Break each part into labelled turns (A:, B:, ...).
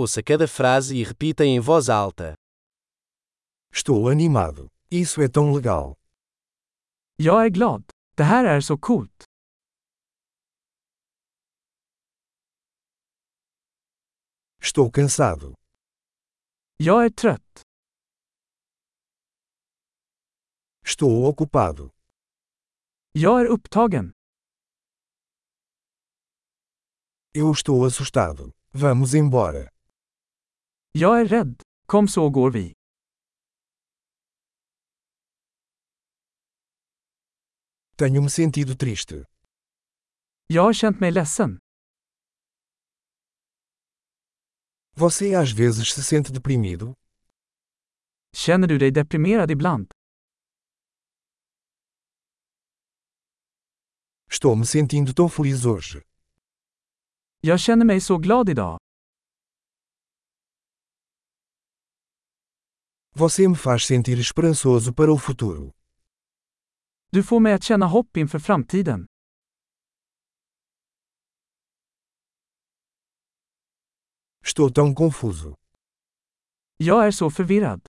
A: Ouça cada frase e repita em voz alta.
B: Estou animado. Isso é tão legal.
C: Jag är glad. Det här är så coolt.
B: Estou cansado.
C: Jag är trött.
B: Estou ocupado.
C: Jag är upptagen.
B: Eu estou assustado. Vamos embora.
C: Jag är rädd. Kom så går vi.
B: Tenho-me sentido triste.
C: Jag har känt mig ledsen.
B: Você às vezes se sente deprimido?
C: Känner du dig deprimerad ibland?
B: Estou me sentindo tão feliz hoje.
C: Jag känner mig så glad idag.
B: Você me faz sentir esperançoso para o futuro.
C: Du får mig att känna hopp inför framtiden.
B: Estou tão confuso.
C: Jag är så förvirrad.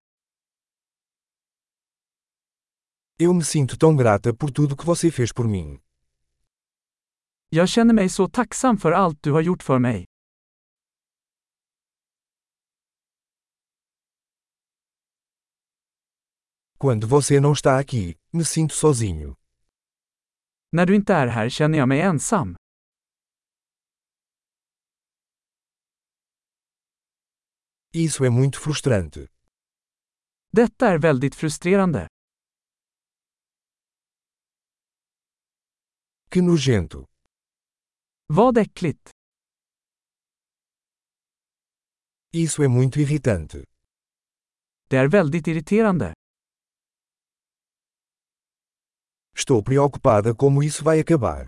B: Eu me sinto tão grata por tudo que você fez por mim.
C: Jag känner mig så tacksam för allt du har gjort för mig.
B: Quando você não está aqui, me sinto sozinho.
C: När du inte är här känner jag mig ensam.
B: Isso é muito frustrante.
C: Detta är väldigt frustrerande.
B: Que nojento.
C: Vad äckligt.
B: Isso é muito irritante.
C: Det är väldigt irriterande.
B: Estou preocupada como isso vai acabar.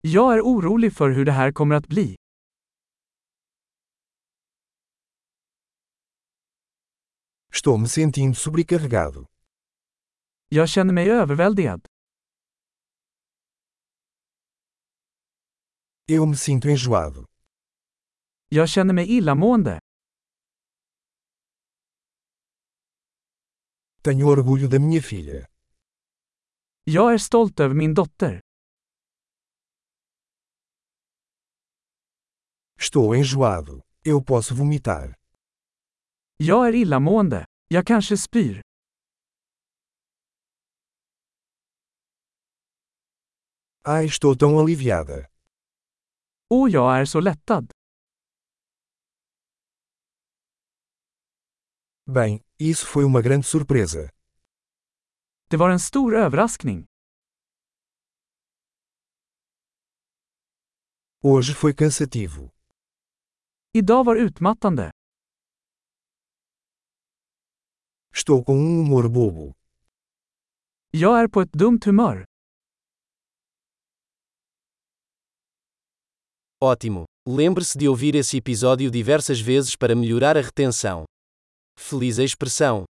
C: Jag är orolig för hur det här kommer att bli.
B: Estou me sentindo sobrecarregado.
C: Jag känner mig överväldigad.
B: Eu me sinto enjoado.
C: Jag känner mig illamående.
B: Tenho orgulho da minha filha.
C: Jag är stolt över min dotter.
B: Estou enjoado. Eu posso vomitar.
C: Jag är illamående. Jag kanske spyr.
B: Ah, estou tão aliviada.
C: Och jag är så lättad.
B: Bem, isso foi uma grande surpresa.
C: Det var en stor överraskning.
B: Hoje foi cansativo.
C: Idag var utmattande.
B: Estou com um humor bobo.
C: Jag är på ett dumt humör.
A: Ótimo! Lembre-se de ouvir esse episódio diversas vezes para melhorar a retenção. Feliz a expressão!